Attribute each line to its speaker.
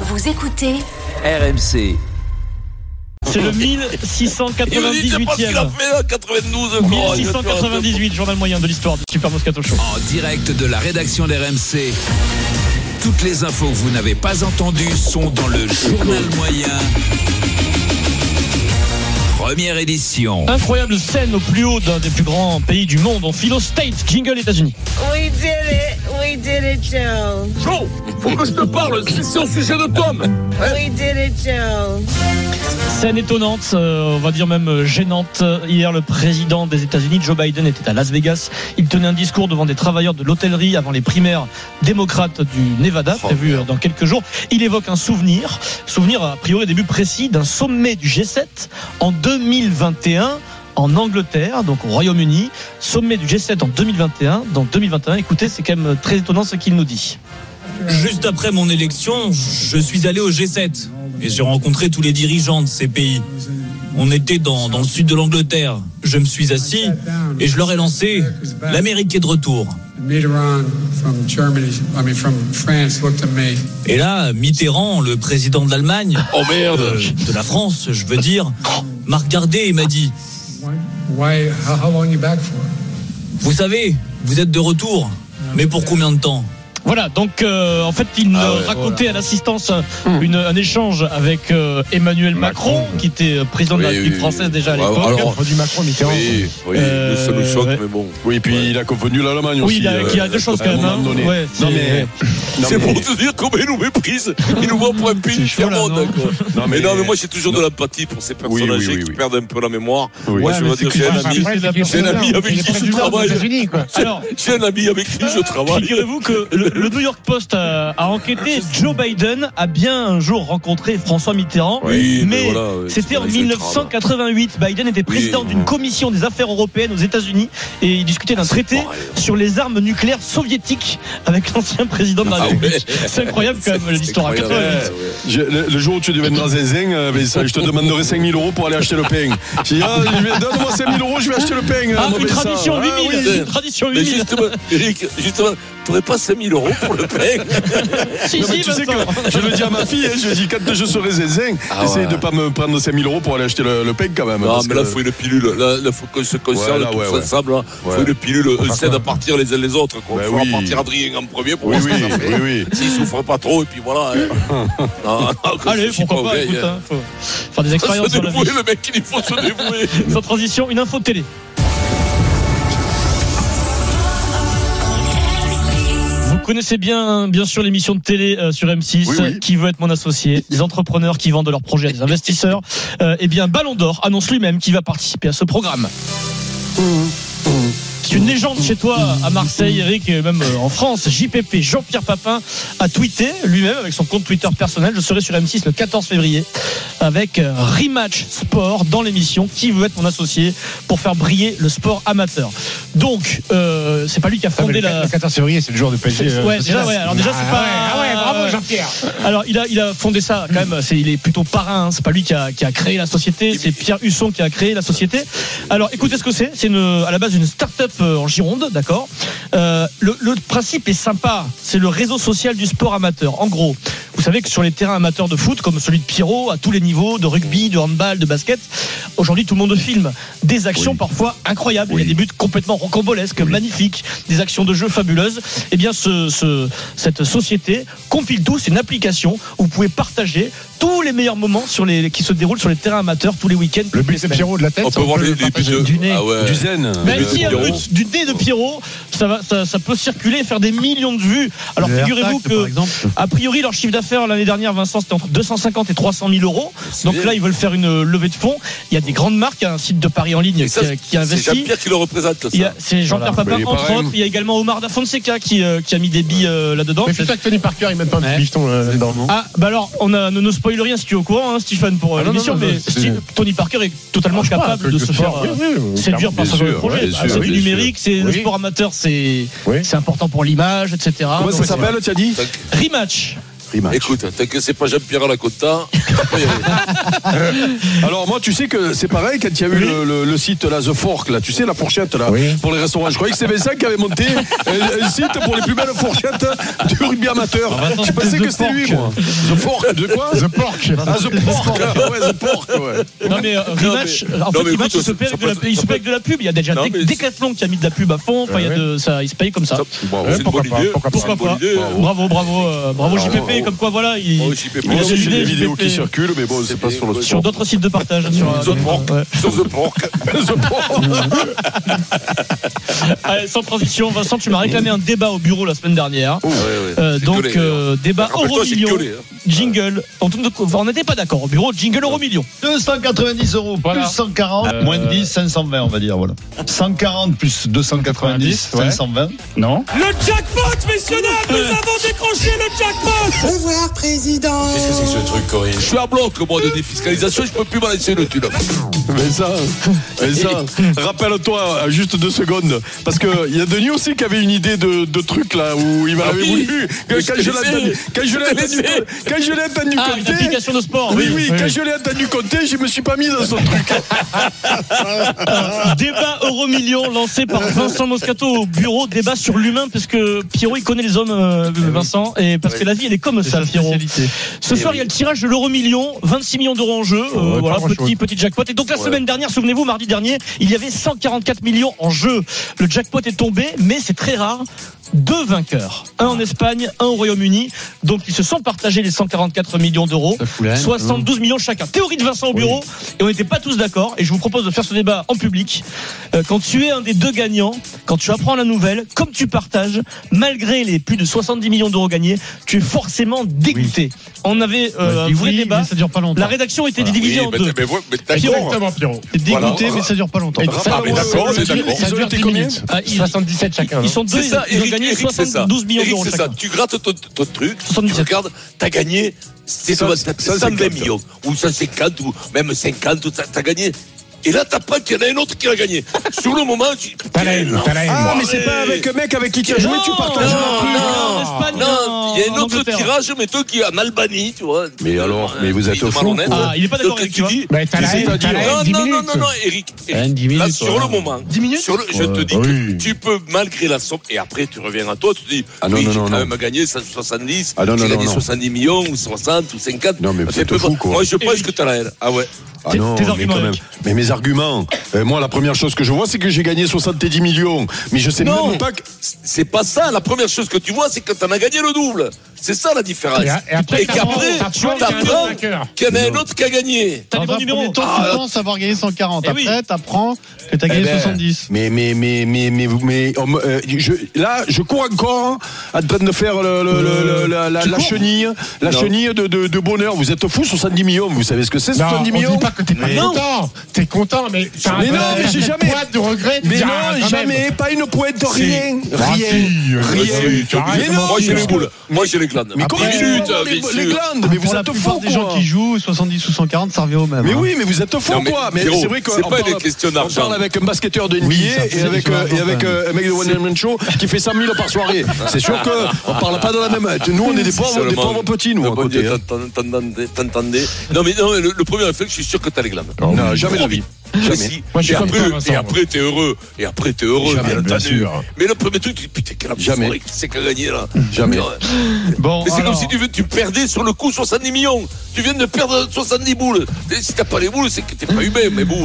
Speaker 1: Vous écoutez
Speaker 2: RMC.
Speaker 3: C'est le
Speaker 4: Il me dit, je pense qu'il a
Speaker 3: 1698e.
Speaker 4: fait là, 92 Florent. Je te raconte.
Speaker 3: 1698, journal moyen de l'histoire du Super Moscato Show.
Speaker 2: En direct de la rédaction d'RMC. Toutes les infos que vous n'avez pas entendues sont dans le journal moyen. Première édition.
Speaker 3: Incroyable scène au plus haut d'un des plus grands pays du monde. On file aux States, jingle États-Unis.
Speaker 5: We did it. We did it, Joe.
Speaker 4: Joe, faut que je te parle, c'est c'est au sujet de Tom.
Speaker 5: We did it, Joe.
Speaker 3: Scène étonnante, euh, on va dire même euh, gênante. Hier, le président des États-Unis, Joe Biden, était à Las Vegas. Il tenait un discours devant des travailleurs de l'hôtellerie avant les primaires démocrates du Nevada, prévues euh, dans quelques jours. Il évoque un souvenir, souvenir a priori au début précis d'un sommet du G7 en 2021 en Angleterre, donc au Royaume-Uni. Sommet du G7 en 2021. Dans 2021, écoutez, c'est quand même euh, très étonnant ce qu'il nous dit.
Speaker 6: Juste après mon élection, je suis allé au G7 et j'ai rencontré tous les dirigeants de ces pays. On était dans, dans le sud de l'Angleterre. Je me suis assis et je leur ai lancé l'Amérique est de retour.
Speaker 7: Mitterrand from Germany, I mean from France, looked at me.
Speaker 6: Et là, Mitterrand, le président de l'Allemagne, euh,
Speaker 4: Oh merde.
Speaker 6: de la France, je veux dire, m'a regardé et m'a dit
Speaker 7: Why? How, how long you back for?
Speaker 6: Vous savez, vous êtes de retour, mais pour combien de temps
Speaker 3: Voilà, donc euh, en fait, il
Speaker 4: Ah
Speaker 3: euh, racontait à l'assistance euh,
Speaker 4: Hmm.
Speaker 3: une- un échange avec euh, Emmanuel Macron, qui était euh, président de la
Speaker 4: Oui,
Speaker 3: République
Speaker 4: oui,
Speaker 3: française
Speaker 4: oui.
Speaker 3: déjà à
Speaker 4: Ouais,
Speaker 3: l'époque.
Speaker 4: alors-
Speaker 3: du Macron,
Speaker 4: Oui, oui,
Speaker 3: Euh,
Speaker 4: ça nous choque,
Speaker 3: ouais.
Speaker 4: mais bon.
Speaker 8: Oui, et puis il a convenu
Speaker 3: Oui,
Speaker 8: l'Allemagne aussi.
Speaker 3: il a-
Speaker 8: euh,
Speaker 3: il y a deux choses
Speaker 8: à
Speaker 3: quand
Speaker 8: un
Speaker 3: même,
Speaker 8: moment
Speaker 3: hein.
Speaker 8: donné.
Speaker 3: Ouais,
Speaker 8: non,
Speaker 3: c'est-
Speaker 8: mais. non,
Speaker 4: C'est
Speaker 8: mais-
Speaker 4: pour te dire comment il nous méprise. Il nous voit pour un pays du
Speaker 3: chaud, là,
Speaker 4: tiers-monde,
Speaker 3: non
Speaker 4: quoi.
Speaker 8: Non,
Speaker 4: Mais
Speaker 8: mais-
Speaker 4: non, mais moi j'ai toujours de l'empathie pour ces personnes
Speaker 8: Oui, oui,
Speaker 4: âgées
Speaker 8: oui,
Speaker 4: qui
Speaker 8: oui.
Speaker 4: perdent un peu la mémoire.
Speaker 8: Oui.
Speaker 4: Moi je veux dire, j'ai un ami, j'ai un ami avec qui je travaille.
Speaker 3: Alors,
Speaker 4: J'ai un ami avec qui je travaille.
Speaker 3: figurez-vous que le, le New York Post a, a
Speaker 8: Ah,
Speaker 3: enquêté. Joe Biden a bien un jour rencontré François Mitterrand.
Speaker 4: Oui,
Speaker 3: mais
Speaker 4: voilà, ouais,
Speaker 3: C'était
Speaker 4: c'est
Speaker 3: en
Speaker 4: vrai, c'est grave.
Speaker 3: 1988. Biden était président
Speaker 4: Oui.
Speaker 3: d'une commission des affaires européennes aux États-Unis et il discutait d'un traité
Speaker 4: pareil.
Speaker 3: sur les armes nucléaires soviétiques avec l'ancien président de la
Speaker 4: Ah ouais.
Speaker 3: République. C'est incroyable quand même l'histoire. à
Speaker 4: incroyable.
Speaker 3: 88.
Speaker 4: Ouais, ouais.
Speaker 8: je- le, le jour où tu deviendras zinzin, euh, Vincent, je te demanderai 5000 euros pour aller acheter le pain. Je dis, ah, je vais- donne-moi 5000 euros, je vais acheter le pain. euh,
Speaker 3: Ah,
Speaker 8: mon
Speaker 3: une
Speaker 8: Vincent.
Speaker 3: tradition
Speaker 8: Ah,
Speaker 3: 8000
Speaker 8: oui.
Speaker 3: Une tradition
Speaker 4: Mais
Speaker 3: 8000
Speaker 4: justement, Eric, justement, t'aurais pas 5000 euros pour le pain
Speaker 3: Si,
Speaker 8: Non, mais
Speaker 3: si,
Speaker 8: tu sais
Speaker 3: Vincent.
Speaker 8: que je le dis à ma fille, hein, je dis quand je serai zinzin,
Speaker 4: Ah,
Speaker 8: essaye
Speaker 4: ouais.
Speaker 8: de pas me prendre 5000 euros pour aller acheter le, le pain quand même.
Speaker 4: Non,
Speaker 8: parce
Speaker 4: mais là,
Speaker 8: que-
Speaker 4: faut une pilule. Là, il faut qu'on se concerne
Speaker 8: Ouais, là,
Speaker 4: tous
Speaker 8: ouais, ouais.
Speaker 4: ensemble. Là.
Speaker 8: Ouais.
Speaker 4: Faut une pilule. On s'aide à partir les uns les autres. Quoi.
Speaker 8: Bah
Speaker 4: faut
Speaker 8: oui.
Speaker 4: partir Adrien en premier pour
Speaker 8: Oui,
Speaker 4: voir
Speaker 8: oui,
Speaker 4: ce que ça fait.
Speaker 8: oui, oui.
Speaker 4: S'il souffre pas trop, et puis voilà. hein. non, non, que
Speaker 3: Allez,
Speaker 4: je suis
Speaker 3: pourquoi
Speaker 4: au
Speaker 3: pas,
Speaker 4: gay,
Speaker 3: écoute,
Speaker 4: hein.
Speaker 3: hein, faut faire des
Speaker 4: Se
Speaker 3: expériences sur la vie.
Speaker 4: dévouer, le mec, il faut se dévouer.
Speaker 3: Sans transition, une info télé. Vous connaissez bien, bien sûr, l'émission de télé euh, sur M6,
Speaker 8: Oui, oui.
Speaker 3: qui veut être mon associé, des entrepreneurs qui vendent leurs projets à des investisseurs. Euh, eh bien, Ballon d'Or annonce lui-même qu'il va participer à ce programme. C'est une légende chez toi à Marseille, Eric, et même euh, en France. JPP, Jean-Pierre Papin, a tweeté lui-même avec son compte Twitter personnel. Je serai sur M6 le 14 février avec euh, Rematch Sport dans l'émission Qui veut être mon associé pour faire briller le sport amateur. Donc, euh, c'est pas lui qui a fondé la.
Speaker 9: 14 février, c'est Ah, le jour du PSG. euh,
Speaker 3: Ouais,
Speaker 9: Sociedad.
Speaker 3: déjà, ouais, alors déjà, c'est pas. Ah ouais, bravo Jean-Pierre. Alors, il a, il a fondé ça quand même. C'est, il est plutôt parrain. hein. C'est pas lui qui a, qui a créé la société. C'est Pierre Husson qui a créé la société. Alors, écoutez ce que c'est. C'est une, à la base une start-up euh, en Gironde, d'accord. Euh, le, le principe est sympa. C'est le réseau social du sport amateur. En gros, vous savez que sur les terrains amateurs de foot, comme celui de Pierrot, à tous les niveaux, de rugby, de handball, de basket, aujourd'hui tout le monde filme des actions parfois incroyables. Il y a des buts complètement rocambolesques, magnifiques, des actions de jeu fabuleuses. Eh bien, ce, ce- cette société compile tout. C'est une application où vous pouvez partager tous les meilleurs moments sur les, qui se déroulent sur les terrains amateurs tous les week-ends.
Speaker 9: Le
Speaker 3: toutes les
Speaker 9: but de
Speaker 3: semaines.
Speaker 9: Pierrot de la tête.
Speaker 4: On peut voir les, les buts de.
Speaker 3: du nez.
Speaker 4: Ah ouais.
Speaker 8: Du zen.
Speaker 3: Même
Speaker 4: but
Speaker 3: si
Speaker 4: de
Speaker 3: un
Speaker 4: Pierrot.
Speaker 3: but du nez de Pierrot, ça, va, ça, ça peut circuler et faire des millions de vues. Alors
Speaker 9: Le
Speaker 3: figurez-vous
Speaker 9: AirTag, par
Speaker 3: que, a priori, leur chiffre d'affaires l'année dernière, Vincent, c'était entre 250 et 300 000 euros.
Speaker 4: C'est
Speaker 3: Donc
Speaker 4: bien.
Speaker 3: là, ils veulent faire une levée de fonds. Il y a des grandes marques, il y a un site de Paris en ligne
Speaker 4: Et ça,
Speaker 3: qui, qui
Speaker 4: C'est
Speaker 3: investit.
Speaker 4: Jean-Pierre qui le représente. Ça.
Speaker 3: Il y a- C'est Jean-Pierre
Speaker 8: Voilà.
Speaker 3: Papin,
Speaker 8: Mais il est
Speaker 3: entre
Speaker 8: pareil.
Speaker 3: autres. Il y a également Omar Da Fonseca qui, euh, qui a mis des billes euh, là-dedans.
Speaker 9: Mais putain que Tony Parker, il met pas un petit bifton euh, dedans.
Speaker 3: Ah, bah alors, on a, ne nous spoil rien si tu es au courant, hein, Stéphane, pour euh,
Speaker 9: Ah, non,
Speaker 3: l'émission,
Speaker 9: non, non,
Speaker 3: mais
Speaker 9: non, c'est- Ah,
Speaker 3: Steve- Tony Parker est totalement
Speaker 9: Je sais pas, un
Speaker 3: capable
Speaker 9: truc
Speaker 3: de se faire.
Speaker 9: sport.
Speaker 3: euh,
Speaker 9: Oui, oui,
Speaker 3: C'est dur
Speaker 9: clairement.
Speaker 3: par
Speaker 8: bien
Speaker 3: son
Speaker 8: sûr,
Speaker 3: projet.
Speaker 8: bien
Speaker 3: Bah,
Speaker 8: sûr,
Speaker 3: C'est
Speaker 8: bien
Speaker 3: du
Speaker 8: sûr.
Speaker 3: numérique, c'est le
Speaker 9: Oui.
Speaker 3: sport amateur, c'est
Speaker 9: Oui.
Speaker 3: Ah, c'est important pour l'image, etc.
Speaker 8: Comment
Speaker 3: Donc, euh,
Speaker 8: ça s'appelle, tu as dit
Speaker 3: Rematch.
Speaker 1: les matchs.
Speaker 4: Écoute, tant que c'est pas Jean-Pierre Alacotta, on peut y aller.
Speaker 8: Alors moi, tu sais que c'est pareil quand il y a eu le, le- le site là, The Fork, là, tu sais la fourchette là,
Speaker 1: Oui.
Speaker 8: pour les restaurants. Je croyais que c'est Vincent qui avait monté un, un site pour les plus belles fourchettes du rugby amateur.
Speaker 3: maintenant,
Speaker 8: Je pensais
Speaker 3: c'était
Speaker 8: que
Speaker 3: The
Speaker 8: c'était lui,
Speaker 3: Fork.
Speaker 8: moi. The Fork, de quoi
Speaker 9: The Pork.
Speaker 8: Ah, The Pork, ouais, The Pork, ouais.
Speaker 3: Non mais euh, rematch,
Speaker 4: mais-
Speaker 3: en
Speaker 4: non,
Speaker 3: fait
Speaker 4: mais
Speaker 3: rematch
Speaker 4: écoute,
Speaker 3: il se
Speaker 4: ça-
Speaker 3: paye avec
Speaker 4: ça
Speaker 3: de
Speaker 4: peut
Speaker 3: la-
Speaker 4: être-
Speaker 3: il se paye avec de la pub, il y a déjà
Speaker 4: Non,
Speaker 3: Dec-
Speaker 4: mais-
Speaker 3: Decathlon qui a mis de la pub à fond, enfin il y a de ça il se paye comme ça.
Speaker 8: Bon,
Speaker 4: C'est une
Speaker 9: pourquoi
Speaker 4: bonne
Speaker 9: pas,
Speaker 4: idée.
Speaker 9: pourquoi
Speaker 4: C'est
Speaker 3: Pourquoi
Speaker 4: une
Speaker 3: pas
Speaker 4: bonne idée. hein.
Speaker 3: Bravo bravo euh, bravo JPP comme quoi voilà il
Speaker 4: Bravo, JPP.
Speaker 3: il
Speaker 8: Moi
Speaker 3: a
Speaker 8: aussi,
Speaker 3: des
Speaker 8: j'ai des
Speaker 3: idées,
Speaker 8: vidéos qui
Speaker 3: JPP.
Speaker 8: circulent, mais bon, c'est pas sur le
Speaker 3: sur d'autres sites de partage sur euh,
Speaker 4: The Pork.
Speaker 3: ouais.
Speaker 4: Sur The Pork.
Speaker 8: The Pork.
Speaker 3: Allez, sans transition, Vincent, tu m'as réclamé un débat au bureau la semaine dernière.
Speaker 4: Ouais, ouais,
Speaker 3: Euh,
Speaker 4: c'est hein.
Speaker 3: donc,
Speaker 4: gueulé,
Speaker 3: euh, débat
Speaker 4: Rappelle-toi,
Speaker 3: euro
Speaker 4: c'est
Speaker 3: million,
Speaker 4: gueulé, hein.
Speaker 3: jingle. En tout cas, on n'était pas d'accord au bureau, jingle euro million.
Speaker 1: 290 euros,
Speaker 9: Voilà.
Speaker 1: plus 140,
Speaker 9: Euh,
Speaker 1: moins 10, 520, on va dire, voilà. 140 plus 290,
Speaker 9: 190, ouais.
Speaker 1: 520.
Speaker 9: Non.
Speaker 6: Le jackpot, messieurs, nous
Speaker 3: Euh,
Speaker 6: avons décroché le jackpot
Speaker 4: Qu'est-ce que c'est que ce truc, Corinne Je suis à bloc, moi, de défiscalisation, je peux plus balancer le tunnel.
Speaker 8: Mais ça, mais ça, rappelle-toi euh, juste deux secondes, parce que il y a Denis aussi qui avait une idée de, de truc là où il m'avait
Speaker 4: oui,
Speaker 8: voulu. que-
Speaker 4: mais je
Speaker 8: Quand
Speaker 4: t'ai
Speaker 8: je l'ai
Speaker 4: laissé,
Speaker 8: entendu, quand je l'ai
Speaker 4: je t'ai
Speaker 8: entendu,
Speaker 4: laissé.
Speaker 8: quand je l'ai entendu
Speaker 3: Ah, une
Speaker 8: compter.
Speaker 3: application de sport.
Speaker 8: Oui, oui, quand je l'ai entendu compter, je me suis pas mis dans son truc.
Speaker 6: Ah.
Speaker 3: Débat euro million lancé par Vincent Moscato au bureau. Débat sur l'humain, parce que Pierrot, il connaît les hommes, euh,
Speaker 4: Eh
Speaker 3: Vincent, et parce que la vie, elle est comme ça, Pierrot. Ce soir, il y a le tirage de l'euro million, 26 millions d'euros en jeu. euh,
Speaker 9: pas
Speaker 3: voilà,
Speaker 9: grand-chose.
Speaker 3: petit, petit jackpot. Et donc, la semaine dernière, souvenez-vous, mardi dernier, il y avait 144 millions en jeu. Le jackpot est tombé, mais c'est très rare. Deux vainqueurs, un en Espagne, un au Royaume-Uni. Donc, ils se sont partagés les 144 millions d'euros. 72 millions chacun. Théorie de Vincent au bureau, et on n'était pas tous d'accord. Et je vous propose de faire ce débat en public. Euh, quand tu es un des deux gagnants, quand tu apprends la nouvelle, comme tu partages, malgré les plus de 70 millions d'euros gagnés, tu es forcément dégoûté. On avait euh, un vrai débat.
Speaker 9: Bah, ça dure pas longtemps.
Speaker 3: La rédaction était divisée en
Speaker 4: mais,
Speaker 3: deux.
Speaker 4: mais, ouais, mais d'accord.
Speaker 9: Exactement, Pierrot.
Speaker 4: Voilà.
Speaker 1: ça dure pas longtemps.
Speaker 3: Et
Speaker 4: Ah, mais
Speaker 8: euh,
Speaker 4: d'accord, on est d'accord.
Speaker 9: Ça dure 10 minutes.
Speaker 3: Ah, ils-
Speaker 9: 77 chacun.
Speaker 3: Ils sont deux,
Speaker 4: C'est
Speaker 3: ils-
Speaker 4: ça,
Speaker 3: ils
Speaker 4: Eric,
Speaker 3: ont gagné
Speaker 4: Eric, c'est ça.
Speaker 3: 72 millions
Speaker 4: Eric,
Speaker 3: d'euros
Speaker 4: c'est
Speaker 3: chacun.
Speaker 4: ça. Tu grattes ton, ton truc, tu
Speaker 3: 77.
Speaker 4: regardes, t'as gagné. C'est
Speaker 8: Ça,
Speaker 4: ça,
Speaker 8: ça, c'est
Speaker 4: 120
Speaker 8: clair.
Speaker 4: millions, ou 150, ou même 50, ou t'as t'as gagné. Et là, t'apprends qu'il y en a un autre qui l'a gagné. Sur le moment, tu.
Speaker 9: T'as la haine, t'as la haine.
Speaker 8: Ah,
Speaker 4: mais
Speaker 8: mais
Speaker 4: c'est
Speaker 8: c'est
Speaker 4: pas
Speaker 8: pas avec un mec avec qui tu as joué, tu partages
Speaker 4: non,
Speaker 8: un truc.
Speaker 4: non,
Speaker 3: en Espagne,
Speaker 4: Non, il y a un
Speaker 3: en
Speaker 4: autre
Speaker 3: Angleterre.
Speaker 4: tirage, mais toi qui est en Albanie, tu vois.
Speaker 8: Mais alors, mais vous
Speaker 4: Pays
Speaker 8: êtes au
Speaker 4: de
Speaker 8: fond,
Speaker 4: malhonnêtes.
Speaker 3: Ah, il est pas d'accord
Speaker 4: Donc,
Speaker 3: avec
Speaker 4: tu
Speaker 3: toi.
Speaker 4: dis,
Speaker 9: Mais t'as la haine, t'as la haine,
Speaker 4: non,
Speaker 9: 10
Speaker 4: non, non,
Speaker 9: minutes.
Speaker 4: non, non, Eric. Eric,
Speaker 1: Hein, dix
Speaker 4: là,
Speaker 1: minutes,
Speaker 4: sur
Speaker 1: ouais.
Speaker 4: le moment. 10 minutes sur le, Je te
Speaker 1: Ouais,
Speaker 4: dis
Speaker 8: ah
Speaker 1: bah
Speaker 4: que
Speaker 1: oui.
Speaker 4: tu peux, malgré la somme, et après, tu reviens à toi, tu te dis,
Speaker 8: Ah non,
Speaker 4: oui,
Speaker 8: non,
Speaker 4: j'ai
Speaker 8: non,
Speaker 4: quand
Speaker 8: non.
Speaker 4: même gagné 170,
Speaker 8: Ah non,
Speaker 4: j'ai
Speaker 8: non,
Speaker 4: gagné
Speaker 8: non, non.
Speaker 4: 70 millions, ou 60, ou 50.
Speaker 8: Non, mais
Speaker 4: Ça
Speaker 8: vous
Speaker 4: fait
Speaker 8: êtes
Speaker 4: peu
Speaker 8: fous,
Speaker 4: peur.
Speaker 8: quoi.
Speaker 4: Moi, je pense
Speaker 3: Eric.
Speaker 4: que t'as la haine. Ah ouais.
Speaker 8: Ah
Speaker 3: Tes-
Speaker 8: non,
Speaker 3: tes
Speaker 8: mais
Speaker 3: arguments,
Speaker 8: quand même.
Speaker 3: Eric.
Speaker 8: Mais mes arguments. euh, moi, la première chose que je vois, c'est que j'ai gagné 70 millions. Mais je sais
Speaker 4: Non,
Speaker 8: même pas que.
Speaker 4: c'est pas ça. La première chose que tu vois, c'est que t'en as gagné le double. C'est ça la différence.
Speaker 9: Et a- et après,
Speaker 4: qu'après,
Speaker 9: t'apprends- t'apprends qu'il y a un
Speaker 4: t'apprends
Speaker 9: vainqueur.
Speaker 4: qu'il y en a un autre qui a gagné.
Speaker 3: T'as les bons numéros.
Speaker 1: temps,
Speaker 9: Ah,
Speaker 1: tu penses avoir gagné 140.
Speaker 3: Eh oui. Après,
Speaker 1: t'apprends que t'as
Speaker 8: Eh ben, Mais mais mais mais mais vous- mais on me- euh, je, là je cours encore hein, en train de faire le, le- le- le- la, la- la chenille la
Speaker 4: Non.
Speaker 8: chenille de, de- de bonheur. Vous êtes fous 70 millions. Vous savez ce que c'est
Speaker 9: Non,
Speaker 8: 70
Speaker 9: on
Speaker 8: millions
Speaker 9: dit pas que t'es pas
Speaker 8: Mais non.
Speaker 9: content. T'es content, mais t'as un
Speaker 8: Mais non,
Speaker 9: peu-
Speaker 8: mais j'ai
Speaker 9: t'as
Speaker 8: jamais-
Speaker 9: une boîte de regret. de
Speaker 8: Mais
Speaker 9: dire,
Speaker 8: non
Speaker 9: ah, quand
Speaker 8: jamais
Speaker 9: même.
Speaker 8: pas une pointe
Speaker 9: Si.
Speaker 8: rien
Speaker 9: Ah,
Speaker 8: rien
Speaker 9: si, euh,
Speaker 8: rien.
Speaker 9: si, tu arrêtes,
Speaker 8: Mais non
Speaker 4: Moi, j'ai
Speaker 8: parce
Speaker 4: les
Speaker 8: que-
Speaker 4: boules. Moi, j'ai les glandes.
Speaker 8: Mais
Speaker 4: Après,
Speaker 8: comment
Speaker 9: euh,
Speaker 4: minute,
Speaker 8: tu-
Speaker 4: bien
Speaker 8: les, les
Speaker 4: sûr.
Speaker 1: Ah,
Speaker 8: glandes Mais vous êtes fous quoi.
Speaker 1: jouent, 70 ou 140, ça revient au même. hein.
Speaker 8: Mais oui, mais vous êtes fous
Speaker 4: Non, mais
Speaker 8: quoi. Mais
Speaker 4: Pierrot,
Speaker 8: c'est vrai qu'on
Speaker 4: c'est pas
Speaker 8: parle-
Speaker 4: une question
Speaker 8: On
Speaker 4: d'argent.
Speaker 8: parle avec un basketteur de NBA
Speaker 1: Oui, ça,
Speaker 8: et
Speaker 1: c'est
Speaker 8: avec,
Speaker 1: sur
Speaker 8: euh, et
Speaker 1: l'argent,
Speaker 8: avec
Speaker 1: quand
Speaker 8: euh, un mec de One Man Show qui fait 5000 par soirée. C'est sûr qu'on parle pas de la même. Nous, on est des pauvres, des
Speaker 4: Seulement,
Speaker 8: pauvres petits, nous,
Speaker 4: le
Speaker 8: à
Speaker 4: bon
Speaker 8: côté.
Speaker 4: Dieu,
Speaker 8: hein.
Speaker 4: t'en- t'en- t'entendais- t'entendais. Non, mais non, mais le, le premier effet, je suis sûr que t'as les glandes.
Speaker 8: Non, jamais la vie.
Speaker 4: Jamais.
Speaker 9: Moi, je suis
Speaker 4: et,
Speaker 9: comme
Speaker 4: après,
Speaker 9: toi, Vincent,
Speaker 4: et
Speaker 9: moi.
Speaker 4: après, t'es heureux. Et après, t'es heureux,
Speaker 8: Jamais,
Speaker 4: bien
Speaker 8: bien
Speaker 4: entendu.
Speaker 8: sûr.
Speaker 4: Mais le premier truc, tu dis putain, quelle
Speaker 8: Jamais.
Speaker 4: absurde, qui c'est qui a gagné là
Speaker 8: Jamais.
Speaker 4: Ouais.
Speaker 1: Bon,
Speaker 4: Mais c'est comme
Speaker 1: alors,
Speaker 4: si tu, veux- tu perdais sur le coup 70 millions. Tu viens de perdre 70 boules. Et si t'as pas les boules, c'est que t'es pas humain, mais bon.